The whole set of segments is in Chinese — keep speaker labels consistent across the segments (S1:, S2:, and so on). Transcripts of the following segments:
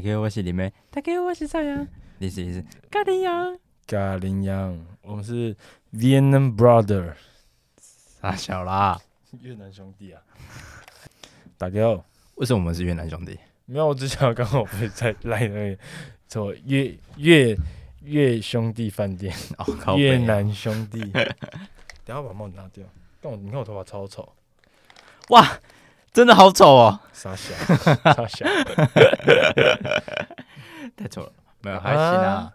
S1: 给我是里面，他给我是朝啊阳，你是你是咖喱羊，
S2: 咖喱羊，我们是 Vietnam Brother
S1: 傻小啦。
S2: 越南兄弟啊。打给我，
S1: 为什么我们是越南兄弟？
S2: 没有，我之前刚好不是在来那里做越越越兄弟饭店，
S1: 哦，靠北
S2: 越。南兄 弟。等一下把帽子拿掉，但我你看我头发超丑，
S1: 哇，真的好丑哦！
S2: 傻小傻 小。
S1: 太丑了，没有还行啊。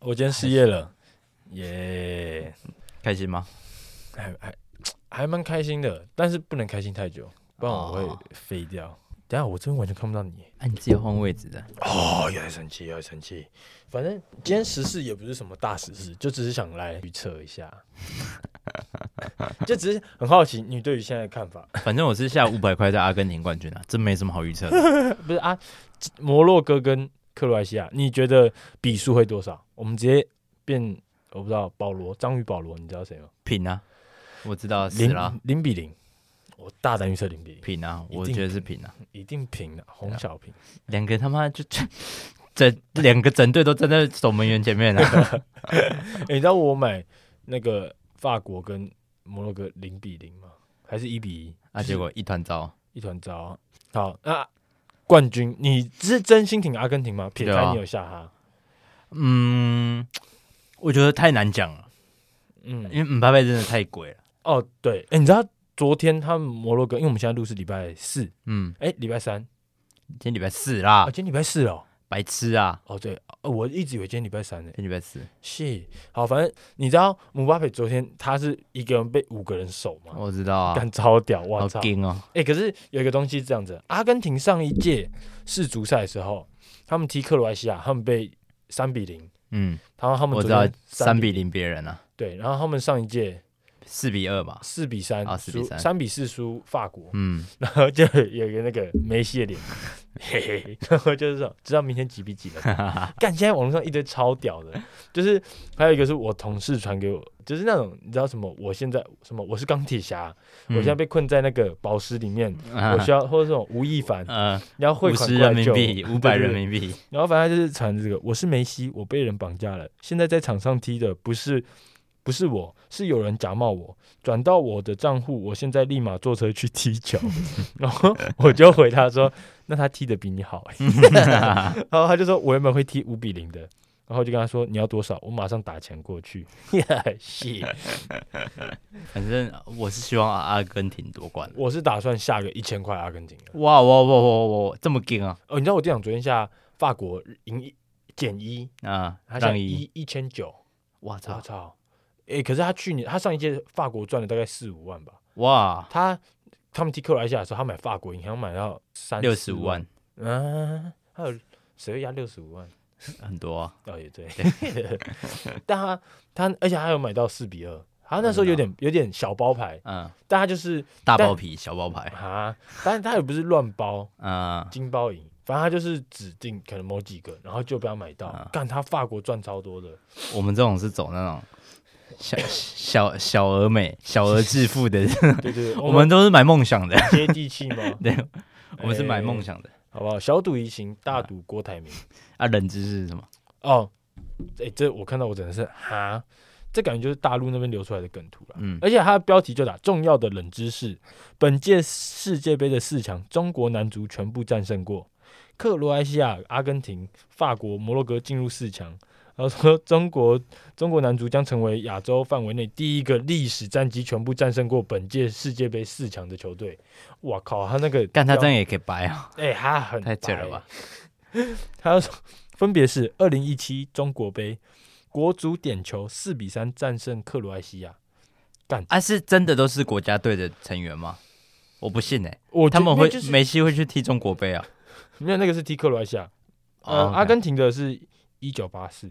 S2: 我今天失业了，耶、
S1: 开心吗？
S2: 还还还蛮开心的，但是不能开心太久，不然我
S1: 哦
S2: 会飞掉。等一下我这边完全看不到你。
S1: 按啊自己换位置的。
S2: 哦，有点生气，有点生气。反正今天时事也不是什么大时事，就只是想来预测 一下，就只是很好奇你对于现在的看法。
S1: 反正我是下五百块在阿根廷冠军啊，真没什么好预测 的。
S2: 不是啊，摩洛哥跟克罗埃西亚，你觉得比数会多少？我们直接变，我不知道保罗，章鱼保罗，你知道谁吗？
S1: 平啊，我知道死啦
S2: 零，零比零，我大胆预测零比零，
S1: 平啊，
S2: 一定
S1: 我觉得是平啊。
S2: 一定平的，
S1: 对
S2: 红
S1: 啊
S2: 小平。
S1: 两个他妈就 整两个整队都站在守门员前面 啊。
S2: 欸你知道我买那个法国跟摩洛哥零比零吗？还是一比一？
S1: 啊，结果一团糟。
S2: 一团糟啊。好，那冠军，你是真心挺阿根廷吗？撇
S1: 对啊
S2: 开你有下哈，
S1: 嗯，我觉得太难讲了，因
S2: 嗯，
S1: 为姆巴佩真的太鬼了。
S2: 哦，对，哎、你知道昨天他们摩洛哥，因为我们现在录是礼拜四，
S1: 嗯，
S2: 哎、礼拜三
S1: 今天礼拜四啦，
S2: 啊，今天礼拜四哦，
S1: 白痴啊，
S2: 哦，对，哦我一直以为今天礼拜三呢，
S1: 今天礼拜四，
S2: 是，好，反正你知道姆巴佩昨天他是一个人被五个人守嘛，
S1: 我知道啊，
S2: 干超屌，我
S1: 好
S2: 操！
S1: 惊哦，
S2: 哎、可是有一个东西是这样子，阿根廷上一届世足赛的时候，他们踢克罗埃西亚，他们被三比零，
S1: 嗯，
S2: 然后他们
S1: 我知
S2: 昨
S1: 道
S2: 天
S1: 三比零别人啊，
S2: 对，然后他们上一届
S1: 四比二吧，
S2: 四比三
S1: 啊4比
S2: 输
S1: 3
S2: 三比四输法国，
S1: 嗯，
S2: 然后就有一个那个梅西 的脸，嘿嘿嘿，然后就是说知道明天几比几了。 干，现在网络上一堆超屌的，就是还有一个是我同事传给我，就是那种你知道什么？我现在什么？我是钢铁侠，我现在被困在那个宝石 里面，
S1: 嗯
S2: 我需要或者这种吴亦凡，
S1: 呃
S2: 你要汇
S1: 五
S2: 款
S1: 十
S2: 过来
S1: 人民
S2: 救我
S1: 币，五百
S2: 对对
S1: 人
S2: 对
S1: 民币，
S2: 然后反正他就是传这个，我是梅西，我被人绑架了。现在在场上踢的不是不是我，是有人假冒我，转到我的账户，我现在立马坐车去踢 球。然后我就回他说，那他踢的比你好、欸 然后他就说，我原本会踢五比零的，然后我就跟他说你要多少，我马上打钱过 去。 是，
S1: 反正我是希望阿阿根廷夺冠的。
S2: 我是打算下个一千块阿根廷的。
S1: 哇哇哇哇哇！这么劲啊！
S2: 哦，你知道我店长昨天下法国赢一减一，
S1: 啊，
S2: 他下
S1: 让一，
S2: 一一千九。
S1: 我
S2: 我
S1: 操！
S2: 操！哎、可是他去年他上一届法国赚了大概四五万吧。
S1: 哇，
S2: 他他们踢克罗埃西亚的时候，他买法国银行买到三
S1: 六十五万，
S2: 嗯、啊，还有谁会压六十五万？
S1: 很多啊。
S2: 哦，也对。 但他他而且他有买到四比二，他那时候有点有点小包牌，
S1: 嗯，
S2: 但他就是
S1: 大
S2: 但
S1: 包皮，小包牌。
S2: 啊，但是他也不是乱包
S1: 嗯，
S2: 金包银，反正他就是指定可能某几个，然后就被他买到
S1: 啊。
S2: 干、他法国赚超 多的，
S1: 我们这种是走那种小小小而美、小而致富的，
S2: 对对对，
S1: 我们都是买梦想的。
S2: 接地气吗？
S1: 对，我们是买
S2: 哎
S1: 梦想的。
S2: 好不好？小赌怡情，大赌郭台铭。
S1: 啊，冷知识是什么？
S2: 哦，哎、这我看到我真的是哈，这感觉就是大陆那边流出来的梗图了。
S1: 嗯
S2: 而且它的标题就打“重要的冷知识”，本届世界杯的四强，中国男足全部战胜过克罗埃西亚、阿根廷、法国、摩洛哥进入四强。然后说中国中国男足将成为亚洲范围内第一个历史战绩全部战胜过本届世界杯四强的球队。哇靠，他那个
S1: 干他
S2: 标
S1: 这样也可以掰啊，
S2: 哎、他很
S1: 太扯
S2: 白
S1: 了吧！
S2: 他说，分别是二零一七中国杯，国足点球四比三战胜克罗埃西亚。
S1: 啊，是真的都是国家队的成员吗？我不信哎，
S2: 我觉
S1: 他们
S2: 没
S1: 会
S2: 有就是
S1: 梅西会去踢中国杯啊？
S2: 没有那个是踢克罗埃西亚，呃，
S1: 哦，OK
S2: 阿根廷的是一九八 四，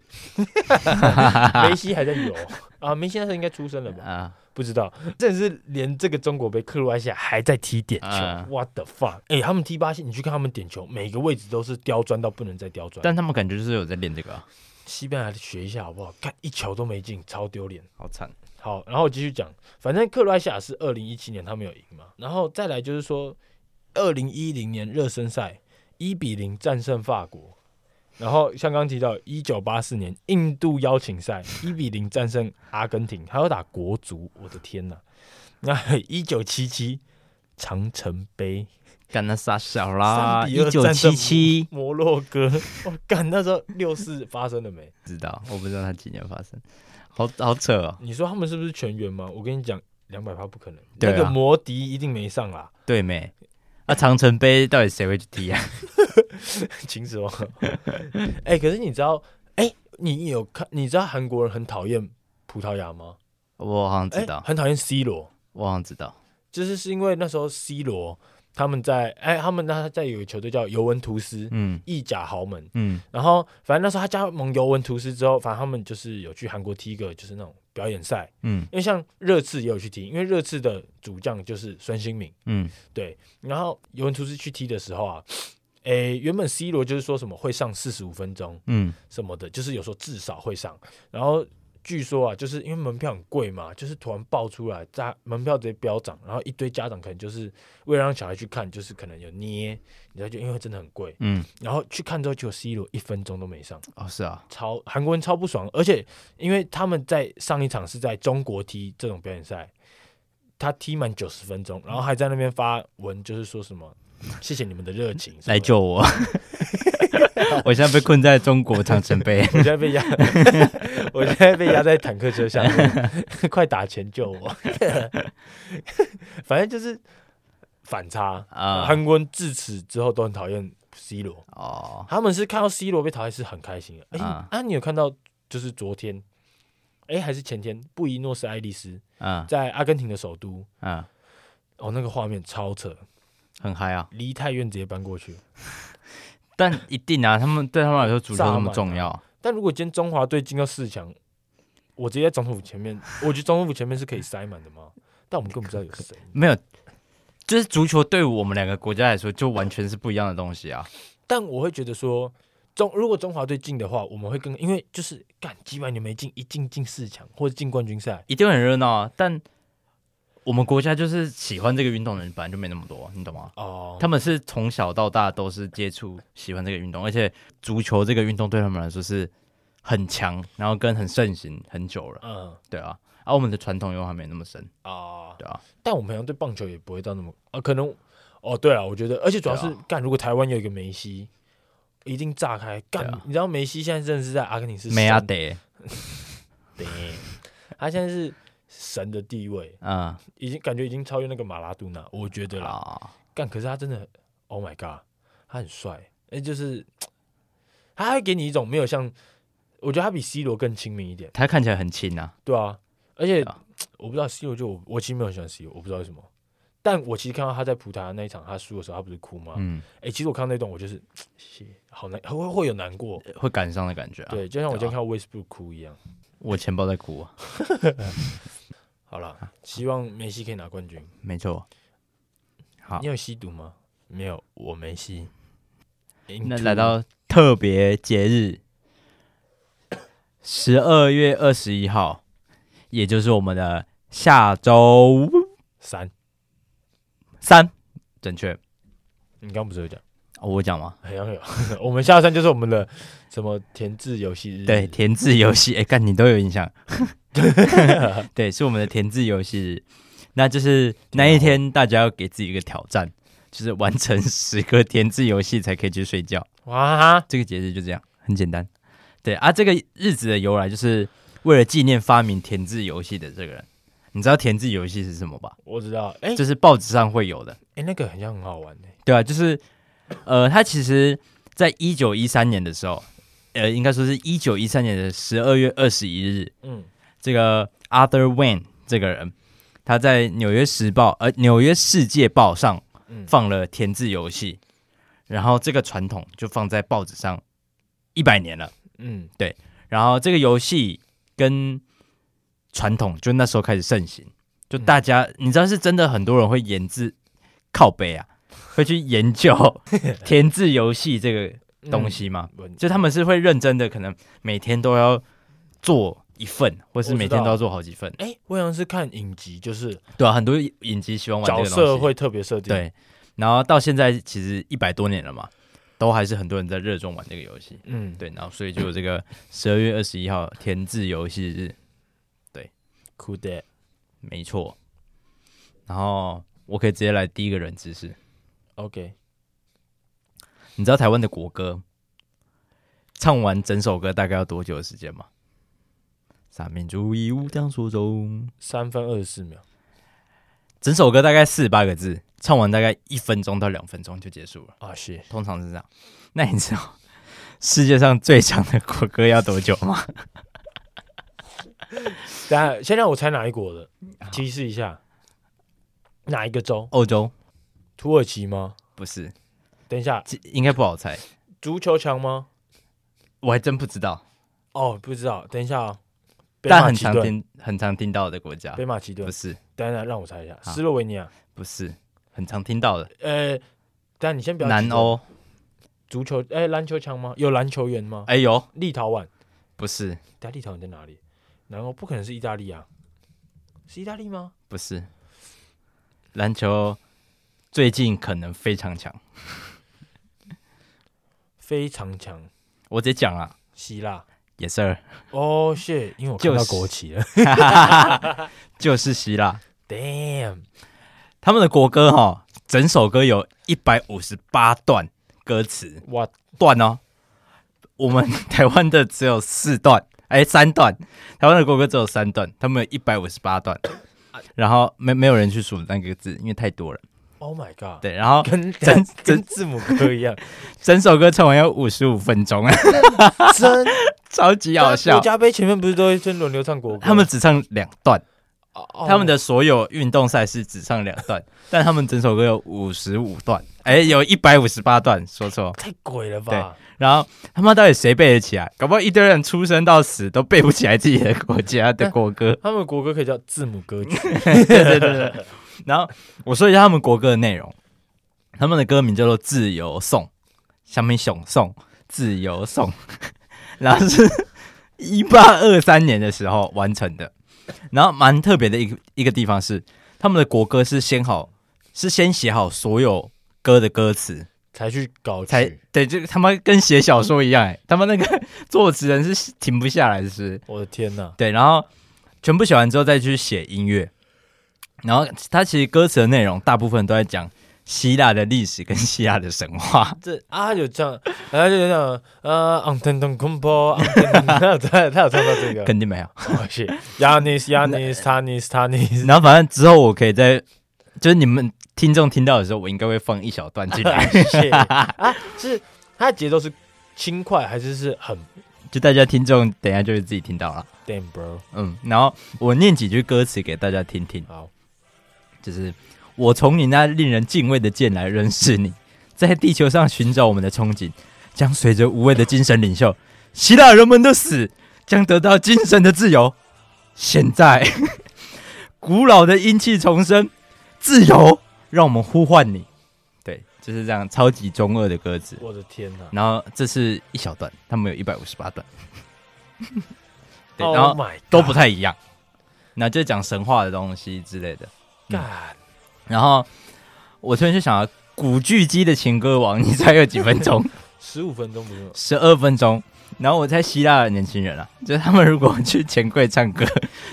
S2: 梅西还在游啊，梅西那时候应该出生了吧？
S1: 啊，
S2: 不知道，真的是连这个中国杯克罗埃西亚还在踢点球、
S1: 嗯
S2: w h a t the fuck！哎、他们踢巴西，你去看他们点球，每个位置都是刁钻到不能再刁钻。
S1: 但他们感觉就是有在练这个啊，
S2: 西班牙学一下好不好？看一球都没进，超丢脸。
S1: 好惨。
S2: 好，然后我继续讲，反正克罗埃西亚是二零一七年他们有赢嘛，然后再来就是说二零一零年热身赛，一比零战胜法国。然后像刚提到，一九八四年印度邀请赛一比零战胜阿根廷，还要打国足，我的天呐！那一九七七长城杯
S1: 干那傻小啦！
S2: 3比
S1: 一
S2: 2
S1: 九
S2: 战胜
S1: 七七，
S2: 摩洛哥，我干那时候六四发生了没？
S1: 知道我不知道它几年发生，好好扯哦。
S2: 你说他们是不是全员吗？我跟你讲，两百趴不可能，
S1: 对啊
S2: 那个摩迪一定没上啦。
S1: 对没？啊，长城杯到底谁会去踢啊？
S2: 秦始皇。哎、可是你知道，哎、你有看？你知道韩国人很讨厌葡萄牙吗？
S1: 我好像
S2: 哎、
S1: 知道，
S2: 很讨厌 C 罗，
S1: 我好像知道。
S2: 就是是因为那时候 C 罗他们在哎、他们那他在有个球队叫尤文图斯，
S1: 嗯
S2: 意甲豪门。
S1: 嗯
S2: 然后反正那时候他加盟尤文图斯之后，反正他们就是有去韩国踢一个就是那种表演赛，
S1: 嗯
S2: 因为像热刺也有去踢，因为热刺的主将就是孙兴敏。
S1: 嗯
S2: 对，然后尤文图斯去踢的时候啊，诶，原本 C 罗就是说什么会上四十五分钟，
S1: 嗯
S2: 什么的，就是有时候至少会上。然后据说啊，就是因为门票很贵嘛，就是突然爆出来，大门票直接飙涨，然后一堆家长可能就是为了让小孩去看，就是可能有捏，你知道就因为真的很贵，
S1: 嗯，
S2: 然后去看之后就 C 罗一分钟都没上，
S1: 哦是啊，
S2: 超韩国人超不爽，而且因为他们在上一场是在中国踢这种表演赛。他踢满九十分钟，然后还在那边发文，就是说什么“谢谢你们的热情”，
S1: 来救我！ 我现在被困在中国长城 杯。
S2: 我现在被压， 我现在被压在坦克车下面， 快打钱救我！ 反正就是反差
S1: 啊
S2: 韩国人自此之后都很讨厌 C 罗，
S1: 哦，
S2: 他们是看到 C 罗被淘汰是很开心的。哎、
S1: 啊
S2: 啊，你有看到就是昨天，哎、还是前天，布宜诺斯艾利斯
S1: 嗯
S2: 在阿根廷的首都，
S1: 嗯，
S2: 哦，那个画面超扯，
S1: 很嗨啊！
S2: 梨泰院直接搬过去。
S1: 但一定啊，他们对他们来说足球那么重要，
S2: 但如果今天中华队进到四强，我直接在总统府前面， 我觉得总统府前面是可以塞满的吗？但我们根本不知道有谁。
S1: 没有，就是足球对我们两个国家来说就完全是不一样的东西啊。
S2: 但我会觉得说，中如果中华队进的话，我们会更因为就是干几百年没进，一进进四强或者进冠军赛，
S1: 一定会很热闹啊，但我们国家就是喜欢这个运动的人本来就没那么多，你懂吗？
S2: 哦、
S1: 他们是从小到大都是接触喜欢这个运动，而且足球这个运动对他们来说是很强，然后跟很盛行很久了，
S2: 嗯
S1: 对啊。而、我们的传统又还没那么深，
S2: 啊、
S1: 对啊，
S2: 但我们好像对棒球也不会到那么啊、可能哦，对了，我觉得，而且主要是
S1: 对啊
S2: 干、如果台湾有一个梅西，一定炸开干、
S1: 对啊
S2: 你知道梅西现在真的是在阿根廷是
S1: 没啊
S2: 神
S1: 得，
S2: 的，他现在是神的地位，
S1: 嗯，
S2: 已经感觉已经超越那个马拉多纳，我觉得
S1: 对
S2: 啦。
S1: 啊，
S2: 干，可是他真的，Oh my god，他很帅，哎、就是他会给你一种没有像，我觉得他比 C 罗更亲民一点，
S1: 他看起来很轻啊，
S2: 对啊，而
S1: 对
S2: 且、
S1: 啊
S2: 我不知道 C 罗就我我其实没有很喜欢 C 罗，我不知道为什么，但我其实看到他在葡萄牙那一场他输的时候，他不是哭吗？哎、
S1: 嗯，
S2: 其实我看到那段我就是，谢好难，会会有难过，
S1: 嗯会感伤的感觉啊。啊
S2: 对，就像
S1: 对
S2: 我
S1: 啊
S2: 今天看到 Westbrook 哭一样。
S1: 我钱包在哭啊，
S2: 好了，希望梅西可以拿冠军。
S1: 没错。好
S2: 你，有吸毒吗？没有，我没吸。
S1: 那
S2: Into-
S1: 来到特别节日，十二月二十一号，也就是我们的下周
S2: 三，
S1: 三，正确。
S2: 你刚不是有讲？
S1: 哦我讲吗？
S2: 很有， 我们下山就是我们的什么填字游戏日。
S1: 对，，填字游戏，哎、干你都有印象。对，是我们的填字游戏日，那就是那一天大家要给自己一个挑战，就是完成十个填字游戏才可以去睡觉。
S2: 哇，
S1: 这个节日就这样，很简单。对啊，这个日子的由来就是为了纪念发明填字游戏的这个人。你知道填字游戏是什么吧？
S2: 我知道，哎、哎、
S1: 就是报纸上会有的，
S2: 那个好像很好玩呢、
S1: 对啊，就是呃，他其实在一九一三年的时候，呃，应该说是一九一三年的十二月二十一日，
S2: 嗯，
S1: 这个 Arthur Wayne 这个人，他在《纽约时报》呃《纽约世界报》上
S2: 嗯
S1: 放了填字游戏，然后这个传统就放在报纸上一百年了。
S2: 嗯，
S1: 然后这个游戏跟传统就那时候开始盛行，就大家、
S2: 嗯
S1: 你知道是真的很多人会研制靠背 啊，会去研究填字游戏这个东西嘛，
S2: 嗯文
S1: 就他们是会认真的，可能每天都要做一份，或是
S2: 我知道
S1: 每天都要做好几份。
S2: 哎、我好像是看影集，就是
S1: 对啊，很多影集喜欢玩这
S2: 角
S1: 个东
S2: 色
S1: 西。
S2: 会特别设定。，
S1: 对，然后到现在其实一百多年了嘛，都还是很多人在热衷玩这个游戏。
S2: 嗯，
S1: 对，然后所以就有这个十二月二十一号填字游戏日，
S2: 酷的，
S1: 没错。然后我可以直接来第一个人知识，
S2: OK，
S1: 你知道台湾的国歌唱完整首歌大概要多久的时间吗？三民主义无将所终，
S2: 三分二十四秒，
S1: 整首歌大概四十八个字，唱完大概一分钟到两分钟就结束了，
S2: 啊是，
S1: 通常是这样。那你知道世界上最长的国歌要多久吗？
S2: 等下先让我猜哪一国的，提示一下，哪一个州？
S1: 欧洲
S2: 土耳其吗？
S1: 不是，
S2: 等一下，
S1: 这应该不好猜，
S2: 足球强吗？
S1: 我还真不知道。
S2: 哦，不知道，等一下啊，北
S1: 但
S2: 马
S1: 很
S2: 其
S1: 常
S2: 顿，
S1: 听很常听到的国家
S2: 北，马其顿
S1: 不，是
S2: 等一下让我猜一下，
S1: 好
S2: 斯洛维尼亚，
S1: 不是很常听到的
S2: 呃，但你先不要
S1: 南
S2: 急着
S1: 欧，
S2: 足球，哎，篮球强吗？有篮球员吗？
S1: 哎呦
S2: 立陶宛，
S1: 不是
S2: 但立陶宛在哪里？然后不可能是意大利啊，是意大利吗？
S1: 不是，篮球最近可能非常强，
S2: 非常强，
S1: 我直接讲啊，
S2: 希腊。
S1: 也是
S2: 哦、shit！因为我
S1: 就
S2: 看到
S1: 是
S2: 国旗了。
S1: 就是希腊，
S2: Damn！
S1: 他们的国歌哈、整首歌有一百五十八段歌词
S2: 哇，
S1: 段哦，我 们台湾的只有四段，哎，三段，台湾的国歌只有三段，他们有一百五十八段，然后没没有人去数那个字，因为太多了，
S2: Oh my god！
S1: 对，然后
S2: 跟
S1: 真
S2: 跟
S1: 真
S2: 跟字母 哥一样，
S1: 整首歌唱完要五十五分钟，
S2: 真
S1: 超级好
S2: 国
S1: 笑。
S2: 家杯前面不是都会先轮流唱国歌？
S1: 他们只唱两段，
S2: 哦
S1: 他们的所有运动赛事只唱两段，但他们整首歌有五十五段，哎，有一百五十八段，说错。
S2: 太鬼了吧？。
S1: 然后他妈到底谁背得起来？搞不好一堆人出生到死都背不起来自己的国家的国歌
S2: 他们国歌可以叫字母歌曲。
S1: 对对对对。然后我说一下他们国歌的内容，他们的歌名叫做《自由颂》，下面熊颂，《自由颂》， 然后是一八二三年的时候完成的。然后蛮特别的一个一个地方是，他们的国歌是先好是先写好所有歌的歌词，
S2: 才去搞
S1: 才
S2: 曲。
S1: 对，就他妈跟写小说一样、欸，他们那个作词人是停不下来，是不是？
S2: 我的天呐！
S1: 对，然后全部写完之后再去写音乐，然后他其实歌词的内容大部分都在讲希腊的历史跟希腊的神话，
S2: 这啊有这样，啊就这样，呃，昂腾腾空波，昂腾腾他有他有他有唱到这个。
S1: 肯定没有。
S2: 哦，是 Yanis Yanis Tanis Tanis。
S1: 然后反正之后我可以在，就是你们听众听到的时候，我应该会放一小段进来，
S2: 是啊，是它的节奏是轻快还是是很
S1: 就大家听众等一下就会自己听到了。
S2: damn bro？
S1: 嗯，然后我念几句歌词给大家听听。
S2: 好，
S1: 就是我从你那令人敬畏的剑来认识你，在地球上寻找我们的憧憬，将随着无畏的精神领袖，希腊人们的死将得到精神的自由。现在，古老的英气重生，自由，让我们呼唤你。对，就是这样，超级中二的歌词。
S2: 我的天呐
S1: 然后这是一小段，他们有一百五十八段， 对，
S2: ！Oh
S1: 然后
S2: my
S1: 都不太一样。那就讲神话的东西之类的。
S2: God，
S1: 然后我突然就想到，古巨基的情歌王， 你猜有几分 钟？
S2: 十五分钟不是吗？
S1: 十二分钟。然后我猜希腊的年轻人啊，就是他们如果去钱柜唱歌，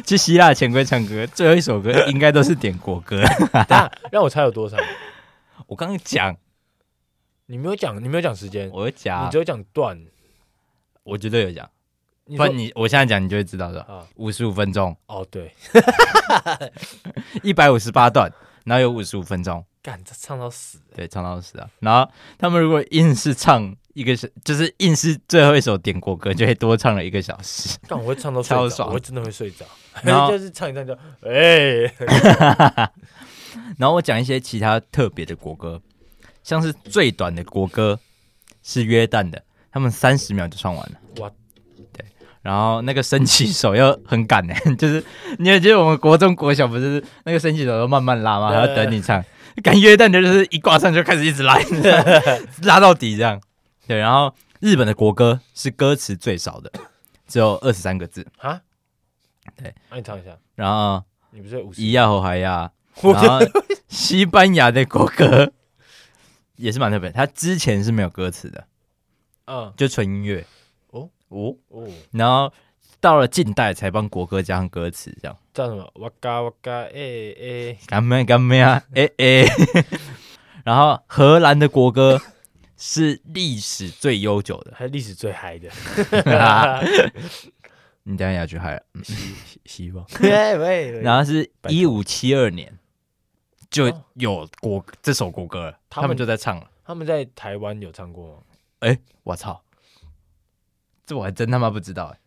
S1: 去希腊钱柜唱歌，最后一首歌应该都是点国歌。
S2: 等下让我猜有多少？
S1: 我刚刚讲，
S2: 你没有讲，你没有讲时间，
S1: 我啊有
S2: 你
S1: 讲
S2: 只，有讲段。
S1: 我绝对有讲。
S2: 你
S1: 不
S2: 说
S1: 然你我现在讲，你就会知道的。
S2: 啊，
S1: 五十五分钟，
S2: 哦对，
S1: 一百五十八段，然后有五十五分钟，
S2: 干这唱到死，
S1: 对，唱到死啊。然后他们如果硬是唱一个小，就是硬是最后一首点国歌，就会多唱了一个小时。
S2: 干我会唱到
S1: 超
S2: 睡着，
S1: 爽
S2: 我会真的会睡着。
S1: 然后
S2: 就是唱一唱就哎，
S1: 然后我讲一些其他特别的国歌，像是最短的国歌是约旦的，他们三十秒就唱完了。
S2: 哇！
S1: 对，然后那个升旗手要很赶呢、 就是你也记得我们国中、国小不是那个升旗手都慢慢拉吗？还要等你唱。赶约旦的就是一挂上就开始一直 拉，拉到底这样。对，然后日本的国歌是歌词最少的，只有二十三个字。
S2: 啊，
S1: 对，
S2: 那你唱一下，
S1: 然后
S2: 你 不是五十？
S1: 一亚和海呀，
S2: 我
S1: 然后西班牙的国歌也是蛮特别，它之前是没有歌词的，
S2: 嗯，
S1: 就纯音乐。
S2: 哦
S1: 哦，
S2: 哦，
S1: 然后到了近代才帮国歌加上歌词，这样。
S2: 叫什么？哇嘎哇嘎，哎哎，
S1: 干咩干咩啊？哎哎。 然后荷兰的国歌是历史最悠久的，
S2: 还历史最 嗨的，
S1: 啊你等一下要去嗨了。
S2: 希希希望。 喂喂
S1: 然后是
S2: 拜托
S1: 一五七二年就
S2: 哦
S1: 有国这首国歌了，
S2: 他
S1: 他
S2: 们
S1: 们就在唱了。
S2: 他们在台湾有唱过吗？
S1: 哎，我操，这我还真他妈不知道哎，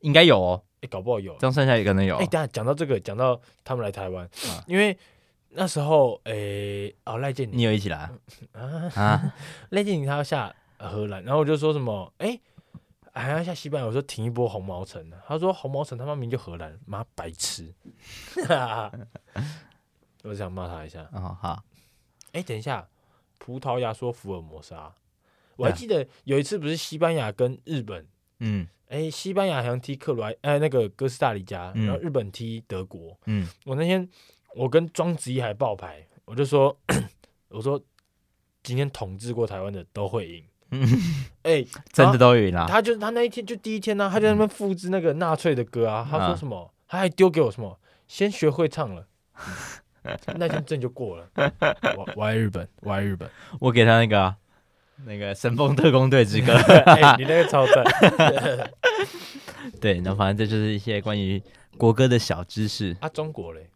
S1: 应该有哦，
S2: 哎，搞不好有。
S1: 这样算下来可能有
S2: 哎、
S1: 哦。
S2: 等一下讲到这个，讲到他们来台湾，
S1: 啊
S2: 因为那时候，哎、哦，赖建
S1: 你
S2: 宁
S1: 有一起来啊
S2: 啊，
S1: 啊？
S2: 赖建宁他要下呃荷兰，然后我就说什么，哎、还要下西班牙，我说停一波红毛城啊，他说红毛城他妈明明就荷兰，妈白痴， 我想骂他一下。
S1: 哦好，
S2: 哎、等一下，葡萄牙说福尔摩沙，我还
S1: 对啊
S2: 记得有一次不是西班牙跟日本，
S1: 嗯
S2: 哎、西班牙好像踢克罗埃，哎、那个哥斯达黎加，
S1: 嗯
S2: 然后日本踢德国，
S1: 嗯，
S2: 我那天我跟庄子怡还爆牌，我就说 我说今天统治过台湾的都会赢。 哎、
S1: 真的都有啦。
S2: 他就他那一天就第一天呢、他就在那边复制那个纳粹的歌啊，他说什么，他还丢给我什么，先学会唱了。那天真就过了，我我爱日本，我爱日本。。
S1: 我给他那个啊那个《神风特工队之 歌》
S2: 哎、你那个超赞，
S1: 对，然后反正这就是一些关于国歌的小知识。
S2: 啊，中国嘞，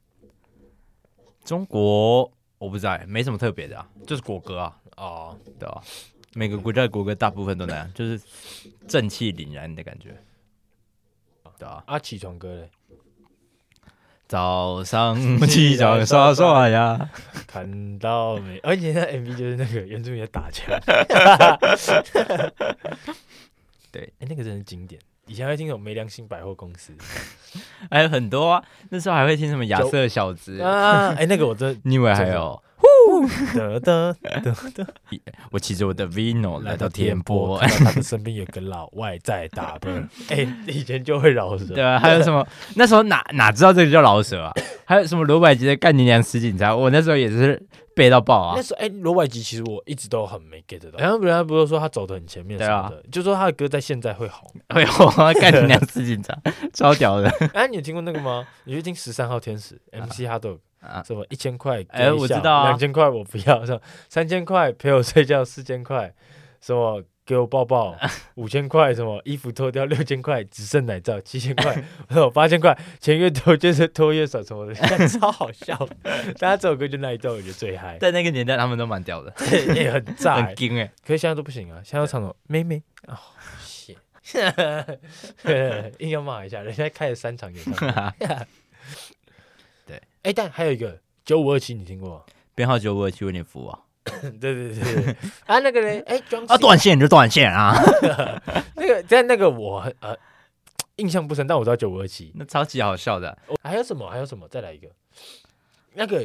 S1: 中国我不知道欸，没什么特别的啊，就是国歌啊，
S2: 哦，
S1: 对吧、每个国家的国歌大部分都那样，就是正气凛然的感觉，对啊？
S2: 啊，起床歌嘞，
S1: 早上起床刷刷牙，
S2: 看到没？而且那 MV 就是那个原住民在打 架。
S1: 对，
S2: 哎、那个真是经典。以前会听那种没良心百货公司
S1: 还有很多啊。那时候还会听什么亚瑟小子，
S2: 啊，哎、那个我真
S1: 你以为还有？
S2: 的的
S1: 我骑着我的 Vino 来到天波，
S2: 看到他的身边有个老外在打 啵。哎、以前就会饶 舌
S1: 对。啊，还有什么？那时候哪哪知道这个叫老舍啊？还有什么罗百吉的《干你娘死警察》？我那时候也是背到爆啊
S2: 那。时候，哎、罗百吉其实我一直都很没 get 到。然后人家不是哎说他走的很前面什
S1: 对
S2: 么
S1: 啊
S2: 的，就说他的歌在现在会红。
S1: 哎呦，干你娘死警 察，超屌的。
S2: 哎、你有听过那个吗？你去听十三号天使 MC 哈豆
S1: 啊
S2: 什么一千块给一下？
S1: 哎我知道啊
S2: 两千块我不要，什么三千块陪我睡觉，四千块什么给我抱抱，
S1: 啊
S2: 五千块什么衣服脱掉，六千块只剩奶罩，七千块什么八千块钱越多就是脱越少什么的， 看超好笑。大家这首歌就那一段我觉得最嗨，
S1: 在那个年代，他们都蛮屌的，
S2: 也、很炸、欸
S1: 很精哎。
S2: 可是现在都不行啊，现在都唱什么妹妹哦，谢， 硬要骂一下，人家开了三场演唱会。
S1: 对，
S2: 哎，但还有一个九五二七，你听 过吗？
S1: 编号九五二七为你服务啊！
S2: 对对对对对， 啊那个人，哎，装
S1: 啊，断线就断线啊！
S2: 那个，但那个我很呃印象不深，但我知道九五二七。 哦
S1: 那超级好笑的，
S2: 还有什么？还有什么？再来一个，那个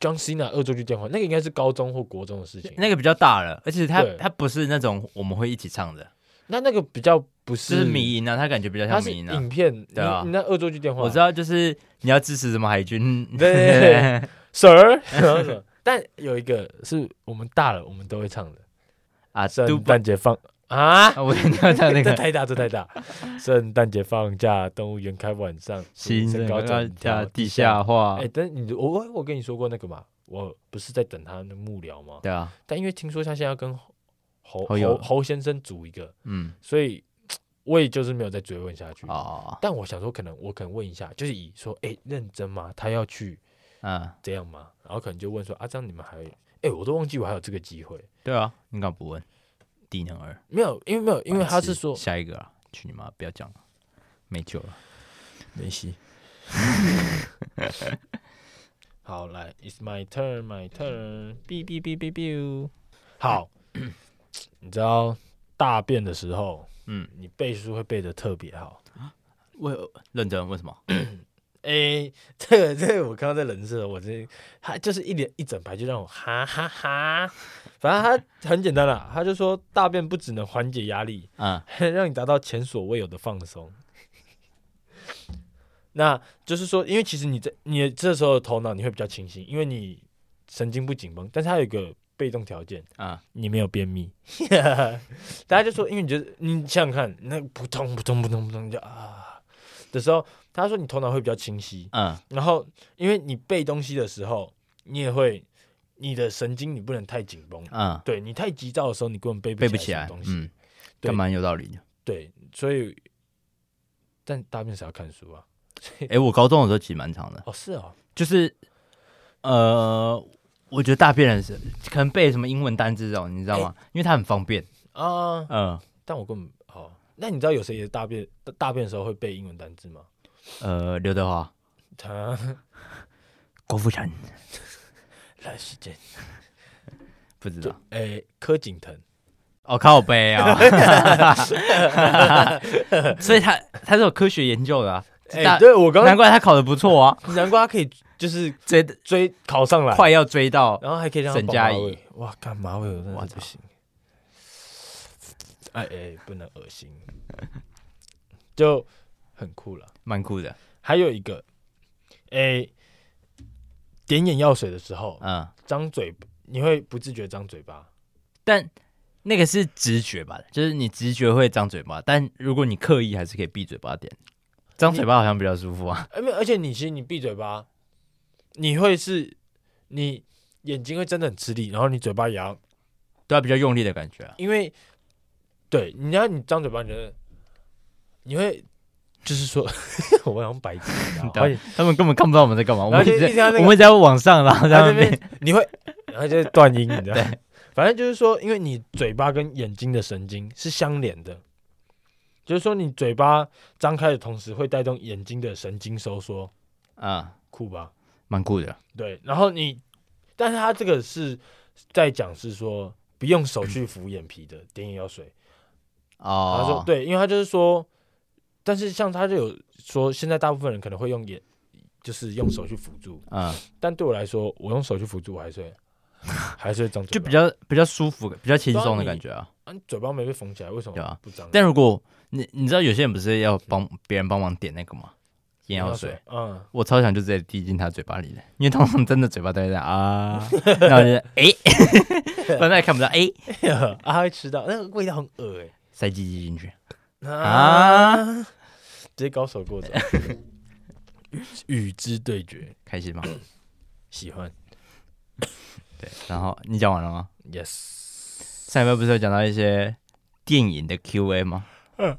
S2: John Cena 恶作剧电话，那个应该是高中或国中的事情。
S1: 那个比较大了，而且它
S2: 对
S1: 它不是那种我们会一起唱的，
S2: 那那个比较不
S1: 就是是迷，音啊，它感觉比较
S2: 它
S1: 像
S2: 是
S1: 迷音啊。
S2: 影片。
S1: 对啊
S2: 你你那恶作剧电话，
S1: 我知道，就是你要支持什么海军，
S2: 对对 对 Sir，然后什么？ 但有一个是我们大了，我们都会唱的，
S1: 啊，都
S2: 圣
S1: 不，
S2: 诞节放啊，
S1: 啊我跟你讲那
S2: 这
S1: 个
S2: 太大，这太大。圣诞节放假，动物园开晚上，
S1: 新
S2: 身
S1: 人
S2: 高
S1: 高
S2: 转
S1: 加
S2: 跳
S1: 地下。化
S2: 哎，，但你我我我跟你说过那个嘛，我不是在等他的幕僚吗？
S1: 对啊，
S2: 但因为听说他现在要跟侯侯
S1: 侯友
S2: 侯侯先生组一个，
S1: 嗯，
S2: 所以我也就是没有再追问下去。
S1: 哦，
S2: 但我想说，可能我可能问一下，就是以说，哎，认真吗？他要去
S1: 嗯，
S2: 这样吗？然后可能就问说啊，这样你们还，哎、我都忘记我还有这个机会，
S1: 对啊，你敢不问？低能儿，
S2: 没有，因为没有，因为他
S1: 白痴
S2: 是说
S1: 下一个啊，去你妈，不要讲了，没救了。
S2: 梅西。 好，来，It's my turn, my turn，哔哔哔哔哔。好，你知道大便的时候，
S1: 嗯，
S2: 你背书会背的特别好。
S1: 为认真为什么？
S2: 哎、这个这个，我刚刚在人设，我这他就是一连一整排就让我哈哈哈。反正他很简单啦，他就说大便不只能缓解压力，
S1: 嗯，
S2: 让你达到前所未有的放松。那就是说，因为其实你在你这时候的头脑你会比较清醒，因为你神经不紧绷，但是它有一个被动条件，
S1: 啊，
S2: 你没有便秘， 大家就说，因为你觉得你想想看，那个扑通扑通扑通扑通就啊的时候，他说你头脑会比较清晰，
S1: 嗯
S2: 然后因为你背东西的时候，你也会你的神经你不能太紧绷，
S1: 嗯，
S2: 对你太急躁的时候，你根本背
S1: 背
S2: 不
S1: 不
S2: 起
S1: 起
S2: 来
S1: 来
S2: 什么，东西，
S1: 嗯，干蛮有道理的。
S2: 对，所以但大便是要看书啊，
S1: 哎，我高中的时候其实蛮长的，
S2: 哦是哦，
S1: 就是呃，我觉得大便人是可能背什么英文单字这种，你知道吗？因为它很方便，
S2: 啊、
S1: 嗯
S2: 但我根本哦，那你知道有谁也大便大便的时候会背英文单字吗？
S1: 呃，刘德华、
S2: 他
S1: 郭富城，
S2: 来时间
S1: 不知
S2: 就
S1: 道
S2: 诶、柯景腾
S1: 哦，靠背啊， 所以他他是有科学研究的啊，
S2: 诶、
S1: 大
S2: 哎对我刚
S1: 难
S2: 刚
S1: 怪他考的不错啊，
S2: 难怪他可以就是
S1: 追
S2: 追考上来，
S1: 快要追到
S2: 然后还可以让他
S1: 沈
S2: 绑
S1: 佳
S2: 马
S1: 宜
S2: 尾，哇，干马尾我真
S1: 我
S2: 的
S1: 操
S2: 是不行，哎哎、不能恶心， 就很酷了。
S1: 蛮酷的，
S2: 还有一个，哎、点眼药水的时候
S1: 嗯，
S2: 张嘴，你会不自觉张嘴巴，
S1: 但那个是直觉吧，就是你直觉会张嘴巴，但如果你刻意还是可以闭嘴巴点，张嘴巴好像比较舒服啊，
S2: 哎、没有，而且你其实你闭嘴巴，你会是，你眼睛会真的很吃力，然后你嘴巴也要，
S1: 对啊，比较用力的感觉啊，
S2: 因为，对，你要你张嘴巴，你觉得，你会，就是说， 我好像白痴 一样，
S1: 对啊
S2: 然后
S1: 他们根本看不到我们在干嘛，我
S2: 然
S1: 们
S2: 后就
S1: 一直
S2: 一直在那个
S1: 我们一直在往上，然后在
S2: 然后
S1: 那
S2: 这
S1: 边
S2: 边你会， 然后就是断音，你知道吗？反正就是说，因为你嘴巴跟眼睛的神经是相连的，就是说你嘴巴张开的同时会带动眼睛的神经收缩，
S1: 啊，
S2: 酷吧？
S1: 蛮酷的，
S2: 对，然后你，但是他这个是在讲是说不用手 去敷眼皮的点眼药水。他说
S1: 哦，
S2: 对，因为他就是说，但是像他就有说，现在大部分人可能会用眼，就是用手去辅助，
S1: 嗯，
S2: 但对我来说，我用手去辅助，我还是会还是会张嘴
S1: 就
S2: 巴，
S1: 比较比较舒服，比较轻松
S2: 对啊
S1: 的
S2: 你
S1: 感觉啊。
S2: 啊、你嘴巴没被缝起来，为什
S1: 对
S2: 么
S1: 啊
S2: 不张？
S1: 但如果你你知道有些人不是要帮别人帮忙点那个吗？眼药水，，
S2: 嗯，
S1: 我超想就直接滴进他嘴巴里的，因为通常真的嘴巴都会在啊，然后就 哎，反正也看不到哎，
S2: 啊，他会吃到，那个味道很恶哎、
S1: 塞鸡鸡进去
S2: 啊，直接高手过招， 与与之对决，
S1: 开心吗？
S2: 喜欢
S1: 对，然后你讲完了吗？
S2: ，yes，
S1: 上一拜不是有讲到一些电影的 Q&A 吗？
S2: 嗯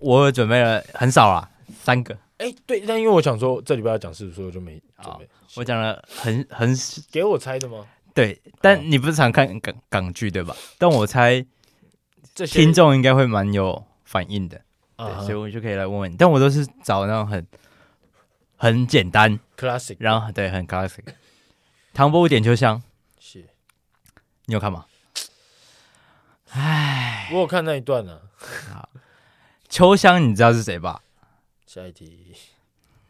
S1: 我有准备了很少啦，三个，
S2: 哎、对，但因为我想说这礼拜要讲事，所以我就没准
S1: 好
S2: 备。
S1: 我讲了很很
S2: 给我猜的吗？
S1: 对，
S2: 哦
S1: 但你不是常看港港剧对吧？但我猜
S2: 这些
S1: 听众应该会蛮有反应的。对，
S2: 啊
S1: 所以我就可以来问问你。但我都是找那种很很简单，
S2: ，classic
S1: 然后对很 classic。唐伯虎点秋香，
S2: 是，
S1: 你有看吗？
S2: 我有看那一段呢、啊。
S1: 秋香你知道是谁吧？
S2: 下一题，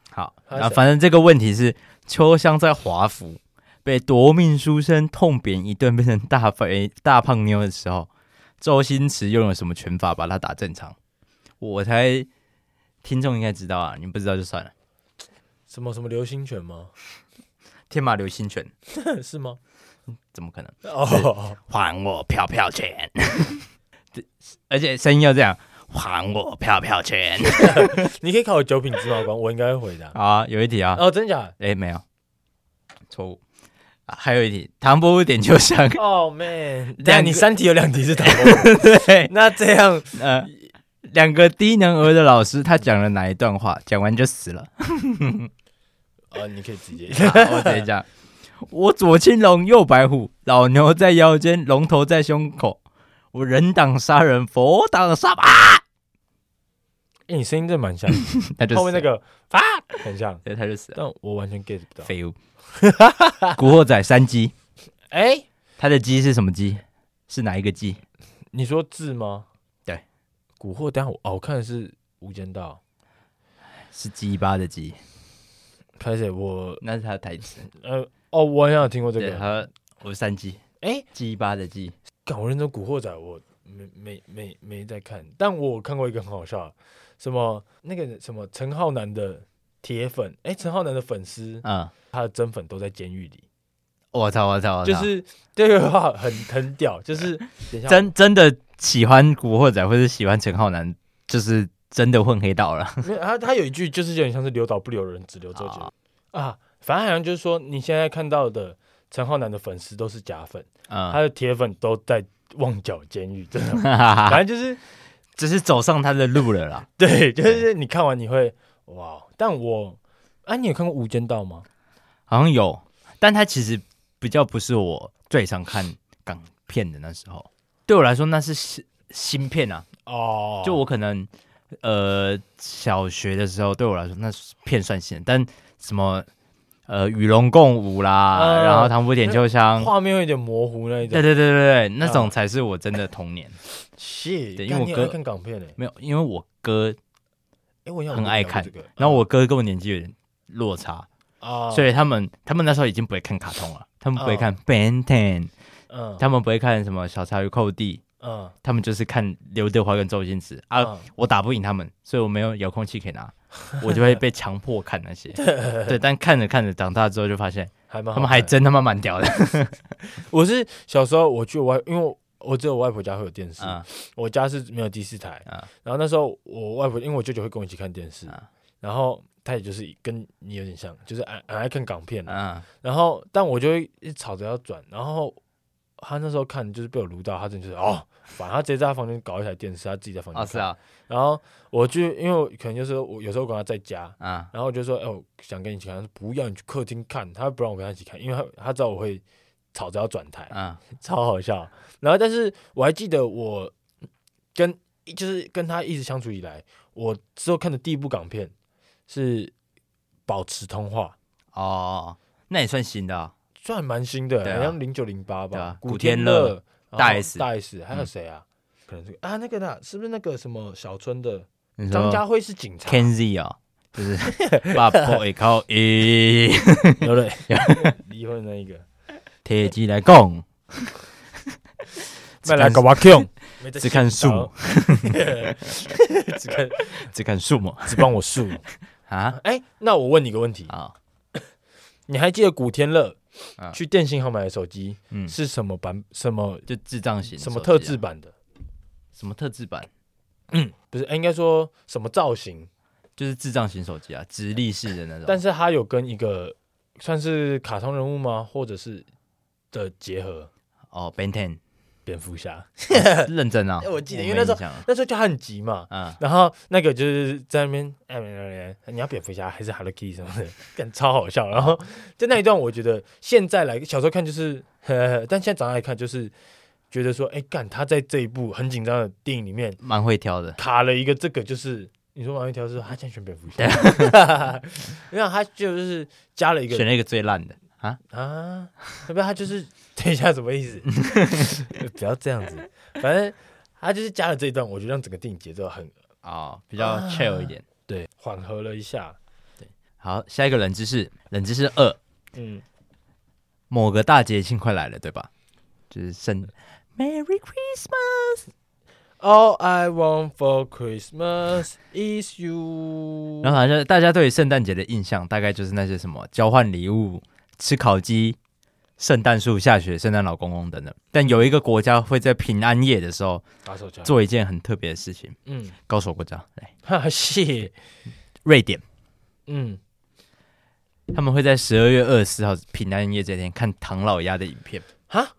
S1: 好，
S2: 他是
S1: 啊，
S2: 谁
S1: 反正这个问题是秋香在华府被夺命书生痛扁一顿，变成大肥大胖妞的时候，周星驰用了什么拳法把她打正常？我猜听众应该知道啊，你不知道就算了。
S2: 什么什么流星拳吗？
S1: 天马流星拳
S2: 是吗？
S1: 怎么可能？
S2: 哦，
S1: 还我票票权， 而且声音要这样，还我票票权
S2: 你可以考我九品芝麻官，我应该会回答。
S1: 啊！有一题啊，
S2: 哦，真假 的？
S1: 哎、没有，错误、啊，还有一题，唐伯虎点秋 香，
S2: 哦、man，
S1: 两个
S2: 但你三题有两题是唐伯虎，
S1: 对，
S2: 那这样
S1: 呃，两个低能儿的老师，他讲了哪一段话？讲完就死了，
S2: 啊、你可以直接
S1: 好我直接讲， 我左青龙，右白虎，老牛在腰间，龙头在胸口，我人挡杀人，佛挡杀吧，
S2: 哎、你声音真的蛮像，
S1: 那就
S2: 后面
S1: 死
S2: 那
S1: 了
S2: 个啊，很像，
S1: 对，他就死了，
S2: 但我完全 get 不到。
S1: 废 物，古惑仔三鸡。
S2: 哎、
S1: 它的鸡是什么鸡？是哪一个鸡？
S2: 你说字吗？
S1: 对，
S2: 古惑，但我哦，我看的是《无间道
S1: 是鸡巴的鸡，》。
S2: 开始我
S1: 那是它的台词。
S2: 呃哦，我好像有听过这
S1: 对，
S2: 个。
S1: 它我是三鸡，
S2: 哎，
S1: 鸡巴的鸡。
S2: 敢我认真《古惑仔》，我没没没没在看，但我看过一个很好笑的，什么那个什么陈浩南的铁粉，哎，陈浩南的粉丝，
S1: 嗯，
S2: 他的真粉都在监狱里。
S1: 我操我操我操，
S2: 就是这个话很很屌，就是等一下
S1: 真真的喜欢古惑仔或者喜欢陈浩南，就是真的混黑道了。
S2: 没有他他有一句就是有点像是留岛不留人，只留周杰伦啊。反正好像就是说，你现在看到的陈浩南的粉丝都是假粉，他
S1: 嗯，
S2: 的铁粉都在旺角监狱，真 的。
S1: 哈哈哈，
S2: 反正就是
S1: 只是走上他的路了啦。
S2: 对，就是你看完你会哇，但我啊，你有看过《无间道》吗？
S1: 好像有，但他其实比较不是我最常看港片的那时候，对我来说那是新新片啊，
S2: 哦
S1: 就我可能呃小学的时候对我来说那是片算新的，但什么呃与龙共舞啦，
S2: 嗯
S1: 然后唐伯点秋香。
S2: 画面会有点模糊那一
S1: 对
S2: 种。
S1: 对对对对，那种
S2: 嗯
S1: 才是我真的童年。
S2: 是，
S1: 对因为
S2: 干
S1: 我
S2: 你
S1: 哥
S2: 爱看港片诶，
S1: 没有，因为我哥，
S2: 哎，我好像
S1: 很
S2: 有
S1: 爱
S2: 聊过
S1: 看
S2: 这个，
S1: 然后我哥跟我年纪有点落差，
S2: 啊，
S1: 所
S2: 以
S1: 以他们他们那时候已经不会看卡通了，他们不会
S2: 嗯
S1: 看 Ben Ten，
S2: 嗯
S1: 他们不会看什么小茶与寇弟，
S2: 嗯
S1: 他们就是看刘德华跟周星驰啊，
S2: 嗯
S1: 我打不赢他们，所以我没有遥控器可以 拿，我就会被强迫看那些。对，但看着看着长大之后就发现，
S2: 还蛮
S1: 他
S2: 好
S1: 们还
S2: 看的
S1: 真他妈蛮屌的。
S2: 我是小时候我去我外，因为我我只有我外婆家会有电视，
S1: 嗯
S2: 我家是没有第四台。
S1: 嗯
S2: 然后那时候我外婆，因为我舅舅会跟我一起看电视，
S1: 嗯
S2: 然后他也就是跟你有点像，就是很很爱看港片、
S1: 嗯，
S2: 然后但我就会一直吵着要转，然后他那时候看就是被我撸到，他真的就是哦，反正他直接在他房间搞一台电视，他自己在房间
S1: 哦是
S2: 看。
S1: 啊，
S2: 然后我就因为我可能就是我有时候跟他在家，
S1: 嗯
S2: 然后我就说，哎、我想跟你一起看，他说不要，你去客厅看，他不让我跟他一起看，因为他他知道我会吵着要转台。
S1: 嗯
S2: 超好笑。然后，但是我还记得我跟就是跟他一直相处以来，我之后看的第一部港片是《保持通话
S1: 哦，那也算新的啊，》，
S2: 算蛮新的、
S1: 对啊
S2: 好像零九零八
S1: 对
S2: 吧
S1: 啊。
S2: 古
S1: 古天
S2: 乐、
S1: 乐
S2: 然后
S1: 大 S 嗯
S2: 大 S 还有谁啊？可能这个啊，那个呢，是不是那个什么小春的
S1: 你
S2: 张
S1: 说
S2: 家辉是警察？
S1: Kenzie 哦，就是 把 boy 靠一
S2: 有嘞， 离婚那一个。
S1: 铁鸡来供， 只
S2: 麦来
S1: 看
S2: 搞瓦 Q，
S1: 只看树木，
S2: 只看
S1: 只看树木
S2: 只帮我树。
S1: 啊
S2: 哎、那我问你个问题，
S1: 啊，
S2: 你还记得古天乐
S1: 嗯
S2: 去电信行买的手机
S1: 嗯，
S2: 是什么版、什么
S1: 就智障型
S2: 什么
S1: 手机
S2: 特
S1: 啊
S2: 制版的？
S1: 什么特制版，
S2: 不是，哎应该说什么造型？
S1: 就是智障型手机啊，直立式的那种。
S2: 但是它有跟一个算是卡通人物吗？或者是的结合？
S1: 哦，Ben Ten，
S2: 蝙蝠侠
S1: 认真啊
S2: 哎！ 我记得
S1: 没
S2: 因为那时候
S1: 印象啊了
S2: 那时候就很急嘛，
S1: 嗯，
S2: 然后那个就是在那边哎，没没没你要蝙蝠侠还是 Hello Kitty 什么的， 干超好笑。然后就那一段，我觉得现在来小时候看就是， 呵呵呵但现在长大来看就是觉得说，哎干他在这一部很紧张的电影里面
S1: 蛮会挑的。
S2: 卡了一个这个，就是你说王一条是他现在选蝙蝠侠， 没有他就是加了一
S1: 选
S2: 个
S1: 了一个最烂的啊，
S2: 啊，要不然他就是等一下什么意思？ 不要这样子，反正他就是加了这一段，我觉得让整个电影节奏很
S1: 哦，比较 chill 一点。
S2: 对缓和了一下。
S1: 好，下一个冷知识，冷知识二，
S2: 嗯，
S1: 某个大节庆快来了，对吧？就是圣 Merry Christmas。
S2: All I want for Christmas is you。
S1: 然后好像大家对于圣诞节的印象，大概就是那些什么交换礼物、吃烤鸡、圣诞树下雪、圣诞老公公等等。但有一个国家会在平安夜的时候
S2: 打手枪，
S1: 做一件很特别的事情，
S2: 嗯，
S1: 高手国家来，
S2: 哈谢，
S1: 瑞典。
S2: 嗯，
S1: 他们会在十二月二十四号平安夜这天看唐老鸭的影片。
S2: 哈，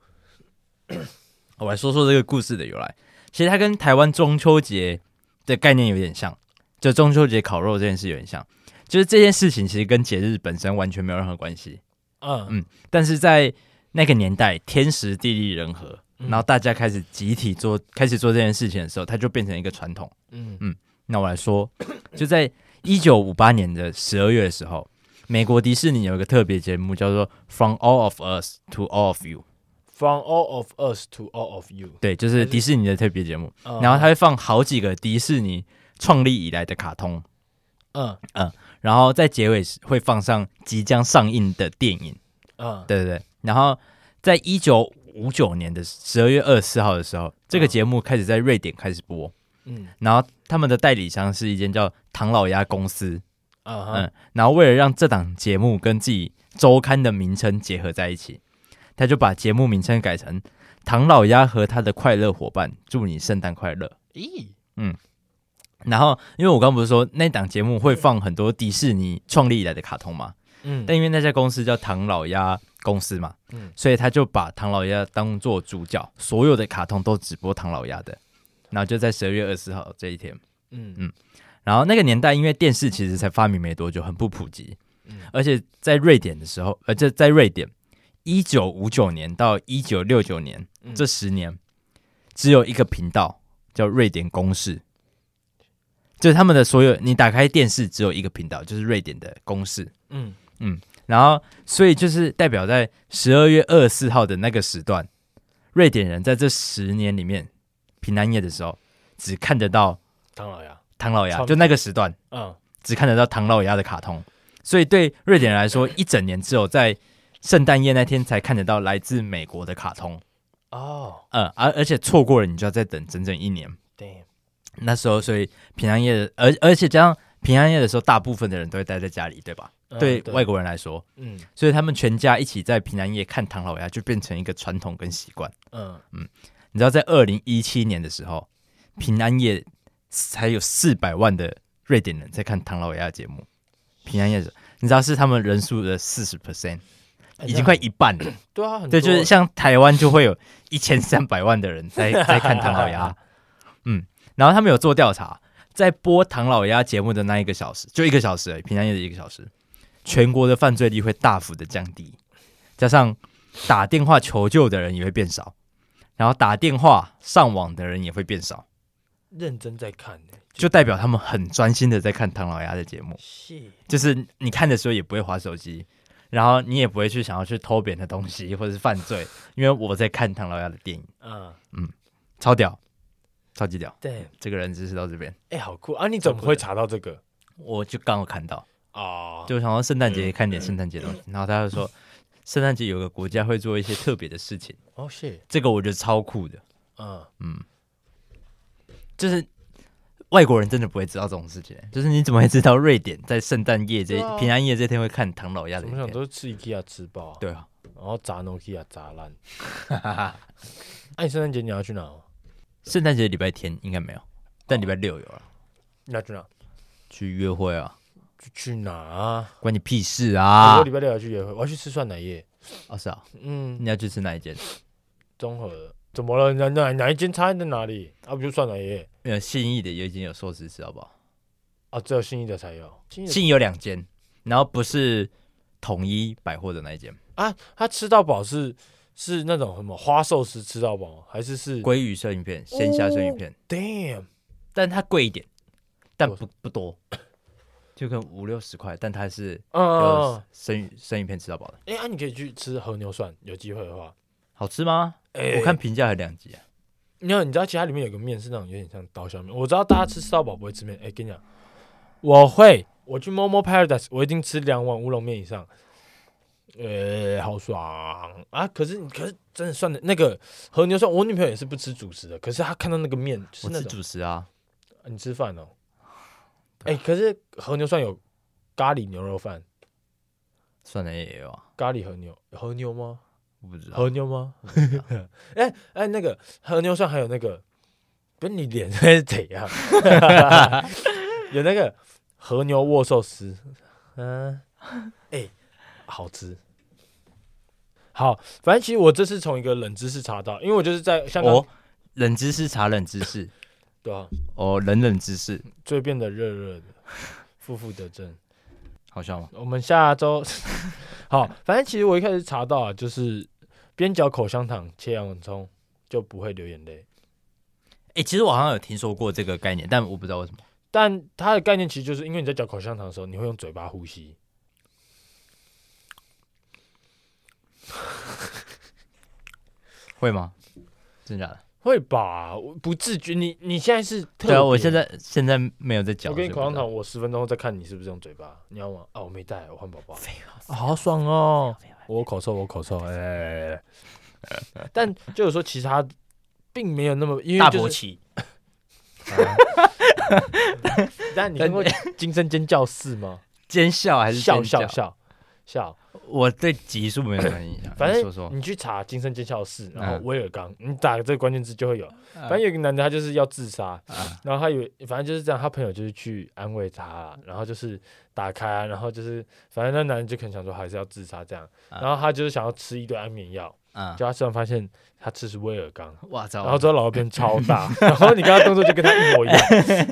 S1: 我来说说这个故事的由来。其实它跟台湾中秋节的概念有点像，就中秋节烤肉这件事有点像，就是这件事情其实跟节日本身完全没有任何关系，
S2: 啊，
S1: 嗯但是在那个年代，天时地利人和，
S2: 嗯
S1: 然后大家开始集体做开始做这件事情的时候，它就变成一个传统。
S2: 嗯
S1: 那我来说， 就在一九五八年的十二月的时候，美国迪士尼有一个特别节目叫做《From All of Us to All of You》，
S2: ，From all of us to all of you。
S1: 对，就是迪士尼的特别节目。
S2: 嗯
S1: 然后他会放好几个迪士尼创立以来的卡通，
S2: 嗯
S1: 然后在结尾时会放上即将上映的电影，
S2: 嗯
S1: 对对对。然后在一九五九年的十二月二十四号的时候，这个
S2: 嗯
S1: 节目开始在瑞典开始播，
S2: 嗯
S1: 然后他们的代理商是一间叫唐老鸭公司，嗯
S2: 啊哈
S1: 嗯，然后为了让这档节目跟自己周刊的名称结合在一起，他就把节目名称改成《唐老鸭和他的快乐伙伴》，祝你圣诞快乐。
S2: 咦，
S1: 然后，因为我刚不是说那档节目会放很多迪士尼创立以来的卡通嘛，
S2: 嗯，
S1: 但因为那家公司叫唐老鸭公司嘛，
S2: 嗯
S1: 所以他就把唐老鸭当做主角，所有的卡通都只播唐老鸭的。然后就在十二月二十号这一天，
S2: 嗯
S1: 然后那个年代因为电视其实才发明没多久，很不普及，
S2: 嗯
S1: 而且在瑞典的时候，呃，这在瑞典，一九五九年到一九六九年、
S2: 嗯
S1: 这十年，只有一个频道叫瑞典公视，就是他们的所有，你打开电视只有一个频道，就是瑞典的公视。
S2: 嗯
S1: 然后，所以就是代表在十二月二十四号的那个时段，瑞典人在这十年里面，平安夜的时候只看得到
S2: 唐老鸭，
S1: 唐老鸭，
S2: 超
S1: 就那个时段
S2: 嗯
S1: 只看得到唐老鸭的卡通，所以对瑞典人来说，一整年只有在圣诞夜那天才看得到来自美国的卡通，
S2: 哦
S1: 嗯，而而且错过了，你就要再等整整一年。
S2: ，damn，
S1: 那时候，所以平安夜，而而且加上平安夜的时候，大部分的人都会待在家里，对吧？
S2: 嗯
S1: 对外国人来说，
S2: 嗯
S1: 所以他们全家一起在平安夜看唐老鸭，就变成一个传统跟习惯。
S2: 嗯
S1: 你知道，在二零一七年的时候，平安夜才有四百万的瑞典人在看唐老鸭节目。平安夜的时候，你知道是他们人数的四十 percent，已经快一半了。
S2: 对啊，很
S1: 对，
S2: 多
S1: 就是像台湾就会有一千三百万的人 在在看唐老 鸭。嗯，然后他们有做调查，在播唐老鸭节目的那一个小时，就一个小时而已，平安夜的一个小时，全国的犯罪率会大幅的降低，加上打电话求救的人也会变少，然后打电话上网的人也会变少，
S2: 认真在看欸呢，
S1: 就代表他们很专心的在看唐老鸭的节目，
S2: 是，
S1: 就是你看的时候也不会划手机。然后你也不会去想要去偷别人的东西或者是犯罪，因为我在看唐老鸭的电影。
S2: 嗯，
S1: 超屌，超级屌！
S2: 对，
S1: 这个人知识到这边，
S2: 哎，好酷啊！你怎么会查到这个
S1: 我就刚好看到，
S2: 啊？
S1: 就想到圣诞节看
S2: 嗯
S1: 点圣诞节的东西，然后他就说，圣诞节有个国家会做一些特别的事情，
S2: 哦，是，
S1: 这个我觉得超酷的，
S2: 嗯，
S1: 就是外国人真的不会知道这种事情，就是你怎么会知道瑞典在圣诞夜这、
S2: 对啊
S1: 平安夜这天会看唐老鸭的
S2: 怎
S1: 影
S2: 么想
S1: 片？
S2: 都是吃 IKEA 吃爆啊，
S1: 对啊，
S2: 然后砸 Nokia 砸啊烂。 那你圣诞节你要去哪？
S1: 圣诞节礼拜天应该没有，但礼拜六有啊，
S2: 你要去哪？
S1: 去约会啊，
S2: 去去哪啊？
S1: 关你屁事
S2: 我
S1: 啊！
S2: 礼拜六要去约会，我要去吃酸奶液。
S1: 哦是啊，
S2: 嗯，
S1: 你要去吃哪一间？
S2: 综合的。怎么了？哪哪哪一间差在哪里？啊，不就酸奶液
S1: 没有呃信义的也已经有寿司吃，好不好？
S2: 啊？只有新义的才有。新义的
S1: 信义有两间，然后不是统一百货的那一间，
S2: 啊，他吃到饱是是那种什么花寿司吃到饱吗，还是是
S1: 鲑鱼生鱼片、鲜虾生鱼片，
S2: 哦？Damn，
S1: 但它贵一点，但
S2: 多
S1: 不不多，就可能五六十块，但它是有
S2: 嗯，
S1: 生鱼生鱼片吃到饱的，
S2: 哎、啊，你可以去吃和牛涮，有机会的话。
S1: 好吃吗？
S2: 哎
S1: 我看评价有两集、啊，
S2: 你看，你知道其他里面有个面是那种有点像刀削面，我知道大家吃吃到饱不会吃面。哎、跟你讲，我会，我去 Momo Paradise，我一定吃两碗乌龙面以上。呃、好爽啊！可是可是真的算的，那个和牛涮，我女朋友也是不吃主食的，可是她看到那个面就是
S1: 我
S2: 那
S1: 吃
S2: 种，
S1: 主食啊，
S2: 啊你吃饭 哦。哎、可是和牛涮有咖喱牛肉饭，
S1: 算了也有啊，
S2: 咖喱和牛和牛吗？
S1: 我不知道。
S2: 和牛吗？ 哎哎、那个和牛上还有那个，不是你脸是怎样？ 有那个和牛握寿司，嗯、哎、好吃。好，反正其实我这次从一个冷知识查到，因为我就是在香港、
S1: 哦，冷知识查冷知识，
S2: 对啊，
S1: 哦，冷冷知识，
S2: 就会变得热热的，负负得正。
S1: 好笑吗？
S2: 我们下周 好，反正其实我一开始查到啊，就是边嚼口香糖切洋葱就不会流眼泪。
S1: 哎、其实我好像有听说过这个概念，但我不知道为什么。
S2: 但它的概念其实就是因为你在嚼口香糖的时候，你会用嘴巴呼吸。
S1: 会吗？真的假的？
S2: 会吧？我不自觉，你你现在是特别
S1: 对啊，我现在现在没有在嚼。
S2: 我给你口
S1: 所以
S2: 香
S1: 不知道
S2: 糖，我十分钟后再看你是不是用嘴巴，你要吗？啊，我没带，我换宝宝。啊 好爽哦！
S1: 啊
S2: 我口臭，我口臭，哎、但就是说，其实它并没有那么，因为、
S1: 大啊
S2: 就
S1: 伯
S2: 是、
S1: 奇，
S2: 但你听过惊声尖叫四吗？
S1: 尖笑还是
S2: 笑
S1: 尖
S2: 笑笑，笑。
S1: 我对级数没有什么影响，
S2: 反
S1: 你
S2: 正
S1: 说说，
S2: 你去查金圣剑校士，然后
S1: 嗯
S2: 威尔刚，你打这个关键字就会有。反正有一个男的，他就是要自杀，
S1: 嗯
S2: 然后他有，反正就是这样，他朋友就是去安慰他，然后就是打开啊，然后就是，反正那男的就可能想说还是要自杀这样，
S1: 嗯
S2: 然后他就是想要吃一堆安眠药，
S1: 啊，
S2: 结果他突然发现他吃的是威尔刚。
S1: 哇操，
S2: 然后之后老二变超 大，然后你刚刚动作就跟他一模一样，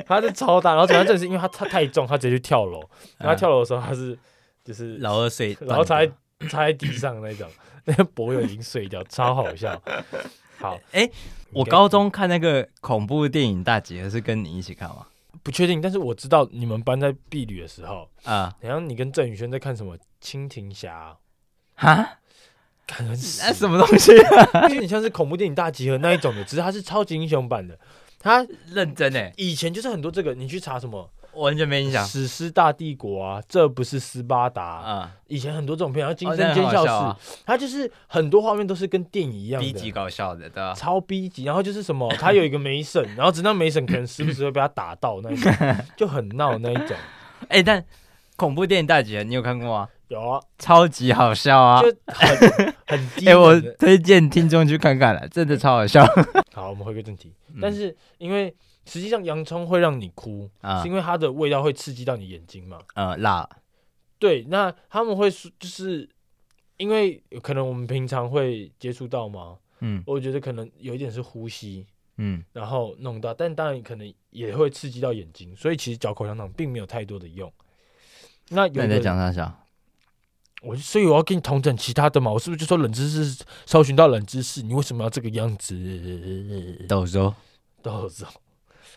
S2: 他是超大，然后主要正是因为他他太重，他直接去跳楼，然
S1: 嗯
S2: 后他跳楼的时候他是就是
S1: 老二睡，
S2: 然后插在插在地上那种， 那个柏油已经碎掉，超好笑。好，
S1: 哎，我
S2: 你
S1: 高中看那个恐怖电影大集合是跟你一起看吗？
S2: 不确定，但是我知道你们班在避旅的时候，
S1: 啊，
S2: 然后你跟郑宇轩在看什么《蜻蜓侠
S1: 哈，》，
S2: 看很死，
S1: 那什么东西？
S2: 有点像是恐怖电影大集合那一种的，只是它是超级英雄版的。它
S1: 认真哎，
S2: 以前就是很多这个，你去查什么
S1: 完全没影响
S2: 《史诗大帝国》啊，这不是斯巴达、
S1: 啊，
S2: 以前很多这种片，然后《金
S1: 哦
S2: 针
S1: 那
S2: 尖
S1: 很好
S2: 笑室》
S1: 笑啊
S2: 它就是很多画面都是跟电影一样的，
S1: 低级搞笑的，对吧？
S2: 超逼急，然后就是什么，他有一个梅婶，然后直到梅婶可能时不时会被他打到那一种，就很闹那一种。
S1: 哎，但恐怖电影大集合你有看过吗？
S2: 有啊，
S1: 超级好笑啊！
S2: 就很很 低
S1: 哎、我
S2: 能的。
S1: 推荐听众去看 看了，真的超好笑。
S2: 好，我们回归正题，
S1: 嗯
S2: 但是因为实际上洋葱会让你哭，
S1: 啊
S2: 是因为它的味道会刺激到你眼睛嘛。
S1: 呃辣
S2: 对，那他们会说，就是因为可能我们平常会接触到嘛，
S1: 嗯
S2: 我觉得可能有一点是呼吸，
S1: 嗯
S2: 然后弄到，但当然可能也会刺激到眼睛，所以其实嚼口香糖并没有太多的用。那有
S1: 那
S2: 一
S1: 你在
S2: 个
S1: 讲啥笑？
S2: 我所以我要跟你同等其他的嘛，我是不是就说冷知识搜寻到冷知识，你为什么要这个样子？
S1: 抖手
S2: 豆子，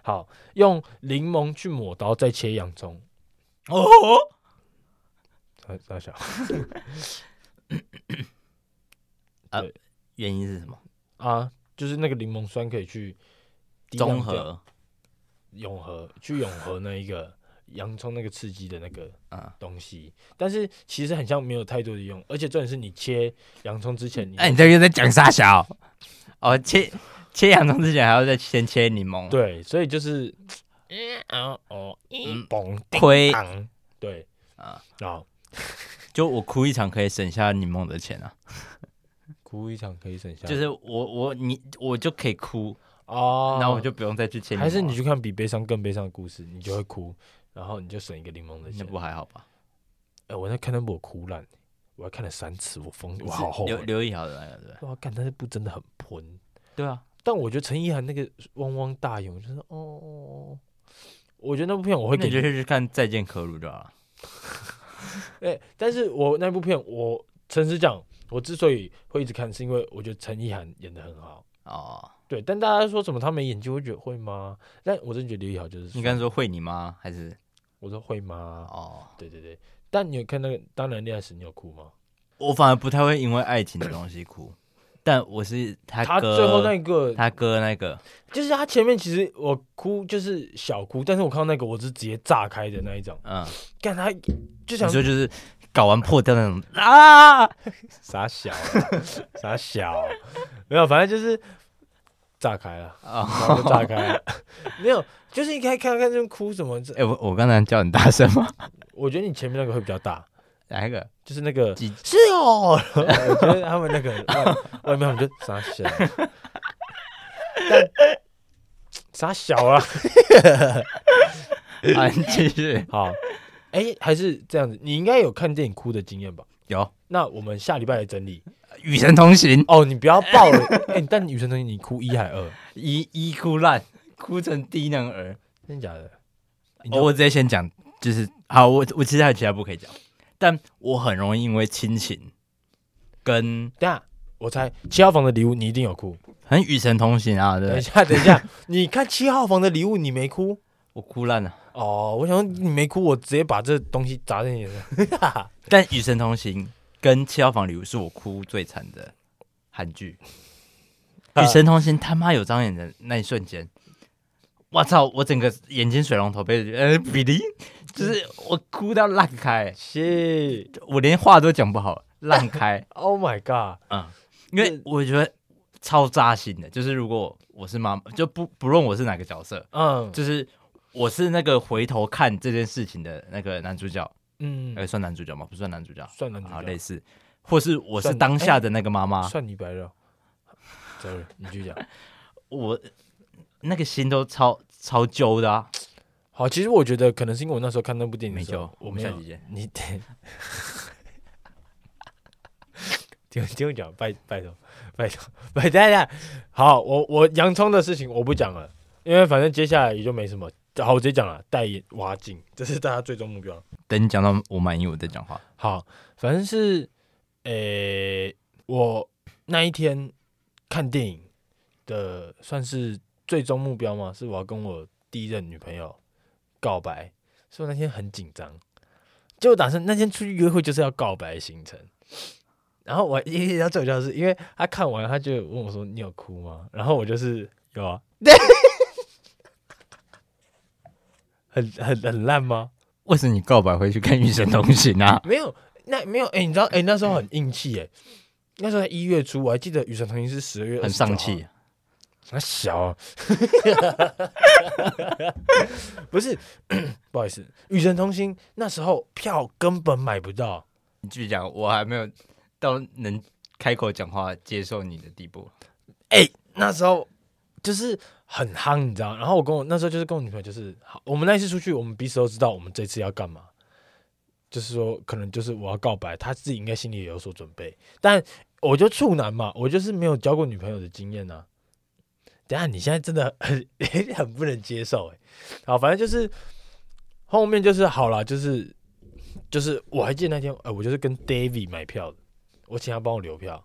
S2: 好，用柠檬去抹刀再切洋葱。
S1: 哦，
S2: 大大小
S1: 原因是什么？
S2: 啊，就是那个柠檬酸可以去抵挡
S1: 综
S2: 掉
S1: 合
S2: 永和去永和那一个洋葱那个刺激的那个
S1: 啊。
S2: 东西，但是其实很像没有太多的用，而且重点是你切洋葱之前你，
S1: 哎、你这个在讲啥笑？哦，切切洋葱之前还要再先切柠檬，
S2: 对，所以就是，嗯哦，嗯，嘣，
S1: 亏
S2: 糖，对
S1: 啊
S2: 啊，然后
S1: 就我哭一场可以省下柠檬的钱啊。
S2: 哭一场可以省下，
S1: 就是我我你我就可以哭，
S2: 哦，
S1: 然后我就不用再去切柠檬了。
S2: 还是你去看比悲伤更悲伤的故事，你就会哭，然后你就省一个柠檬的
S1: 那
S2: 钱。
S1: 不还好吧？
S2: 哎，我那看那部我哭烂，我还看了三次，我疯，我好后啊
S1: 刘
S2: 悔。
S1: 刘亦豪的那个对不对
S2: 哇，看那部真的很喷，
S1: 对啊，
S2: 但我觉得陈意涵那个汪汪大泳就是哦哦哦，我觉得那部片我会
S1: 那
S2: 给
S1: 你就去看《再见可鲁》就好了。
S2: 哎、但是我那部片，我诚实讲，我之所以会一直看，是因为我觉得陈意涵演的很好。
S1: 哦，
S2: 对，但大家说什么他没演技，我觉得会吗？但我真的觉得刘亦豪就是帅，
S1: 你刚才说会你吗？还是
S2: 我说会吗？
S1: 哦？
S2: 对对对，但你有看那个《当然恋爱时》，你有哭吗？
S1: 我反而不太会因为爱情的东西 哭，但我是他
S2: 他
S1: 哥，
S2: 最后那个，
S1: 他哥那个，
S2: 就是他前面其实我哭就是小哭，但是我看到那个我是直接炸开的那一种，
S1: 嗯，
S2: 干他就
S1: 你
S2: 想
S1: 说就是搞完破掉那种啊，
S2: 傻小啊傻小啊，没有，反正就是炸开了，
S1: 哦，
S2: 然后就炸开了，没有，就是一开看看就哭什么，这
S1: 哎、我我刚才叫你大声 吗？
S2: 我觉得你前面那个会比较大，
S1: 哪一个？
S2: 就是那个
S1: 几
S2: 是哦，我觉得他们 那个外外面他们就傻小， 但傻小啊，
S1: 啊，你继续。
S2: 好，哎、还是这样子，你应该有看电影哭的经验吧？
S1: 有
S2: 那我们下礼拜来整理
S1: 与神同行，
S2: 哦，你不要爆 了，哎、但女生东西你哭一还二，
S1: 一一哭烂，哭成低能儿。
S2: 真的假的？你知
S1: 哦、
S2: 道
S1: 我直接先讲，就是好，我我其实还有其他不可以讲，但我很容易因为亲情跟
S2: 等一下，我猜七号房的礼物你一定有哭。
S1: 很与神同行啊，对不对，
S2: 等一下，等一下，你看七号房的礼物你没哭
S1: 我哭烂了。
S2: 哦？我想说你没哭，我直接把这东西砸在你身上。
S1: 但《与神同行》跟《七号房礼物》是我哭最惨的韩剧，《与神同行》他妈有张眼的那一瞬间，我操！我整个眼睛水龙头被呃比例，就是我哭到烂开，
S2: 是。
S1: 我连话都讲不好，烂开
S2: ，Oh my god！
S1: 嗯，因为我觉得超扎心的，就是如果我是妈妈，就不不论我是哪个角色，
S2: 嗯，
S1: 就是我是那个回头看这件事情的那个男主角，
S2: 嗯
S1: 哎、，算男主角吗？不算男主角，
S2: 算男主
S1: 好啊
S2: 角
S1: 类似，或是我是
S2: 算
S1: 当下的那个妈妈，
S2: 算你白了。再了，你继续讲。
S1: 我那个心都超超揪的啊！
S2: 好，其实我觉得可能是因为我那时候看那部电影的
S1: 没
S2: 时
S1: 救
S2: 候，，
S1: 我
S2: 我
S1: 们
S2: 没
S1: 下
S2: 有
S1: 期见。
S2: 你 听，听我讲，拜拜托，拜托，拜大家。好，我我洋葱的事情我不讲了，因为反正接下来也就没什么。好，我直接讲了，代言挖镜，这是大家最终目标。
S1: 等你讲到我满意，我再讲话。
S2: 好，反正是，诶、我那一天看电影的算是最终目标吗？是我要跟我第一任女朋友告白，所以我那天很紧张，就打算那天出去约会就是要告白的行程。然后我一直到最后是因为他看完他就问我说：“你有哭吗？”然后我就是有啊，很很很烂吗？
S1: 为什么你告白会去看《与神同行》 啊？
S2: 没有，那没有，哎、你知道，哎、那时候很硬气，哎，那时候才一月初，我还记得《与神同行》是十二月，
S1: 很上气，，
S2: 很小、啊， 不是， 不好意思，《与神同行》那时候票根本买不到，
S1: 你继续讲，我还没有到能开口讲话接受你的地步。
S2: 哎、那时候就是很夯，你知道，然后我跟我那时候就是跟我女朋友就是，好，我们那一次出去，我们彼此都知道我们这次要干嘛。就是说，可能就是我要告白，她自己应该心里也有所准备。但我就处男嘛，我就是没有交过女朋友的经验啊。等一下，你现在真的很 很不能接受哎、好，反正就是后面就是好了，就是就是我还记得那天，呃，我就是跟 David 买票的，我请他帮我留票，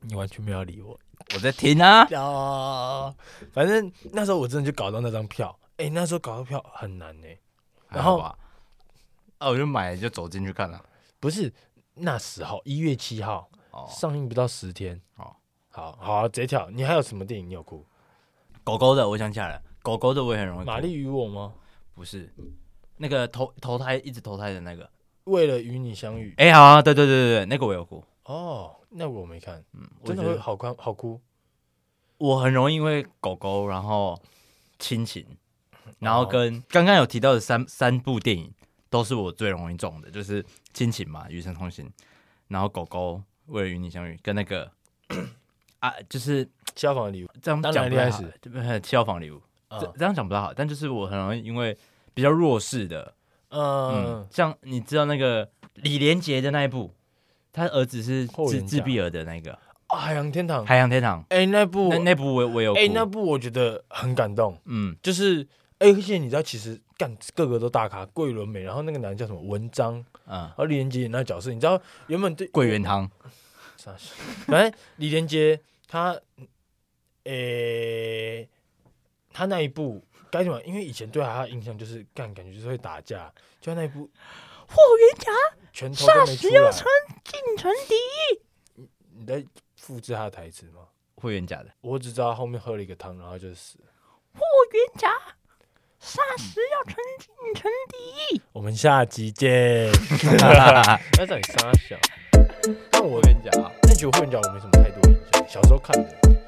S2: 你完全没有要理我。
S1: 我在听啊，
S2: 哦， 反正那时候我真的就搞到那张票，哎、那时候搞到票很难呢、然
S1: 还
S2: 后
S1: 好吧啊，我就买了就走进去看了。
S2: 不是那时候一月七号
S1: 哦，
S2: 上映不到十天，
S1: 哦，
S2: 好好、啊、直接跳。你还有什么电影你有哭？
S1: 狗狗的我想起来了，狗狗的我也很容易哭。
S2: 玛丽与我吗？
S1: 不是那个投投胎一直投胎的那个。
S2: 为了与你相遇。
S1: 哎、好、啊，对对对对对，那个我有哭。
S2: 哦，那我没看，
S1: 嗯，我
S2: 真的
S1: 觉
S2: 会
S1: 得
S2: 好看好哭。
S1: 我很容易因为狗狗，然后亲情，
S2: 哦
S1: 然后跟刚刚有提到的三三部电影，都是我最容易中的，就是亲情嘛，《与神同行》，然后狗狗为了与你相遇，跟那个 啊，就是
S2: 消防的礼物，
S1: 这样
S2: 当
S1: 讲
S2: 然
S1: 不
S2: 恋爱
S1: 太好
S2: 史，
S1: 就呃七号房礼物，这
S2: 嗯
S1: 这样讲不太好，但就是我很容易因为比较弱势的，嗯
S2: 嗯，，
S1: 像你知道那个李连杰的那一部，他儿子是
S2: 后
S1: 自
S2: 援
S1: 自
S2: 家
S1: 闭儿的那个
S2: 啊海洋天堂，
S1: 《海洋天堂》
S2: 哎，那部
S1: 那，那部我我有哭，
S2: 哎，那部我觉得很感动。
S1: 嗯，
S2: 就是哎、而且你知道，其实干各个都大咖，桂纶镁，然后那个男的叫什么文章，
S1: 嗯
S2: 然，后李连杰演那个角色，你知道原本对
S1: 桂圆堂，
S2: 啥事，反正李连杰他，诶、他那一部该怎么讲？因为以前对他的印象就是干，感觉就是会打架，就他那一部
S1: 霍元 甲
S2: 拳头都没出来。
S1: 进城敌，
S2: 你在复制他的台词吗？
S1: 霍元甲的
S2: 我只知道他后面喝了一个汤，然后就死了。
S1: 霍元甲，霎时要成进城
S2: 我们下集见。
S1: 敌。
S2: 要找你傻笑，但我
S1: 霍元甲，
S2: 但觉得混角我没什么太多印象，小时候看的。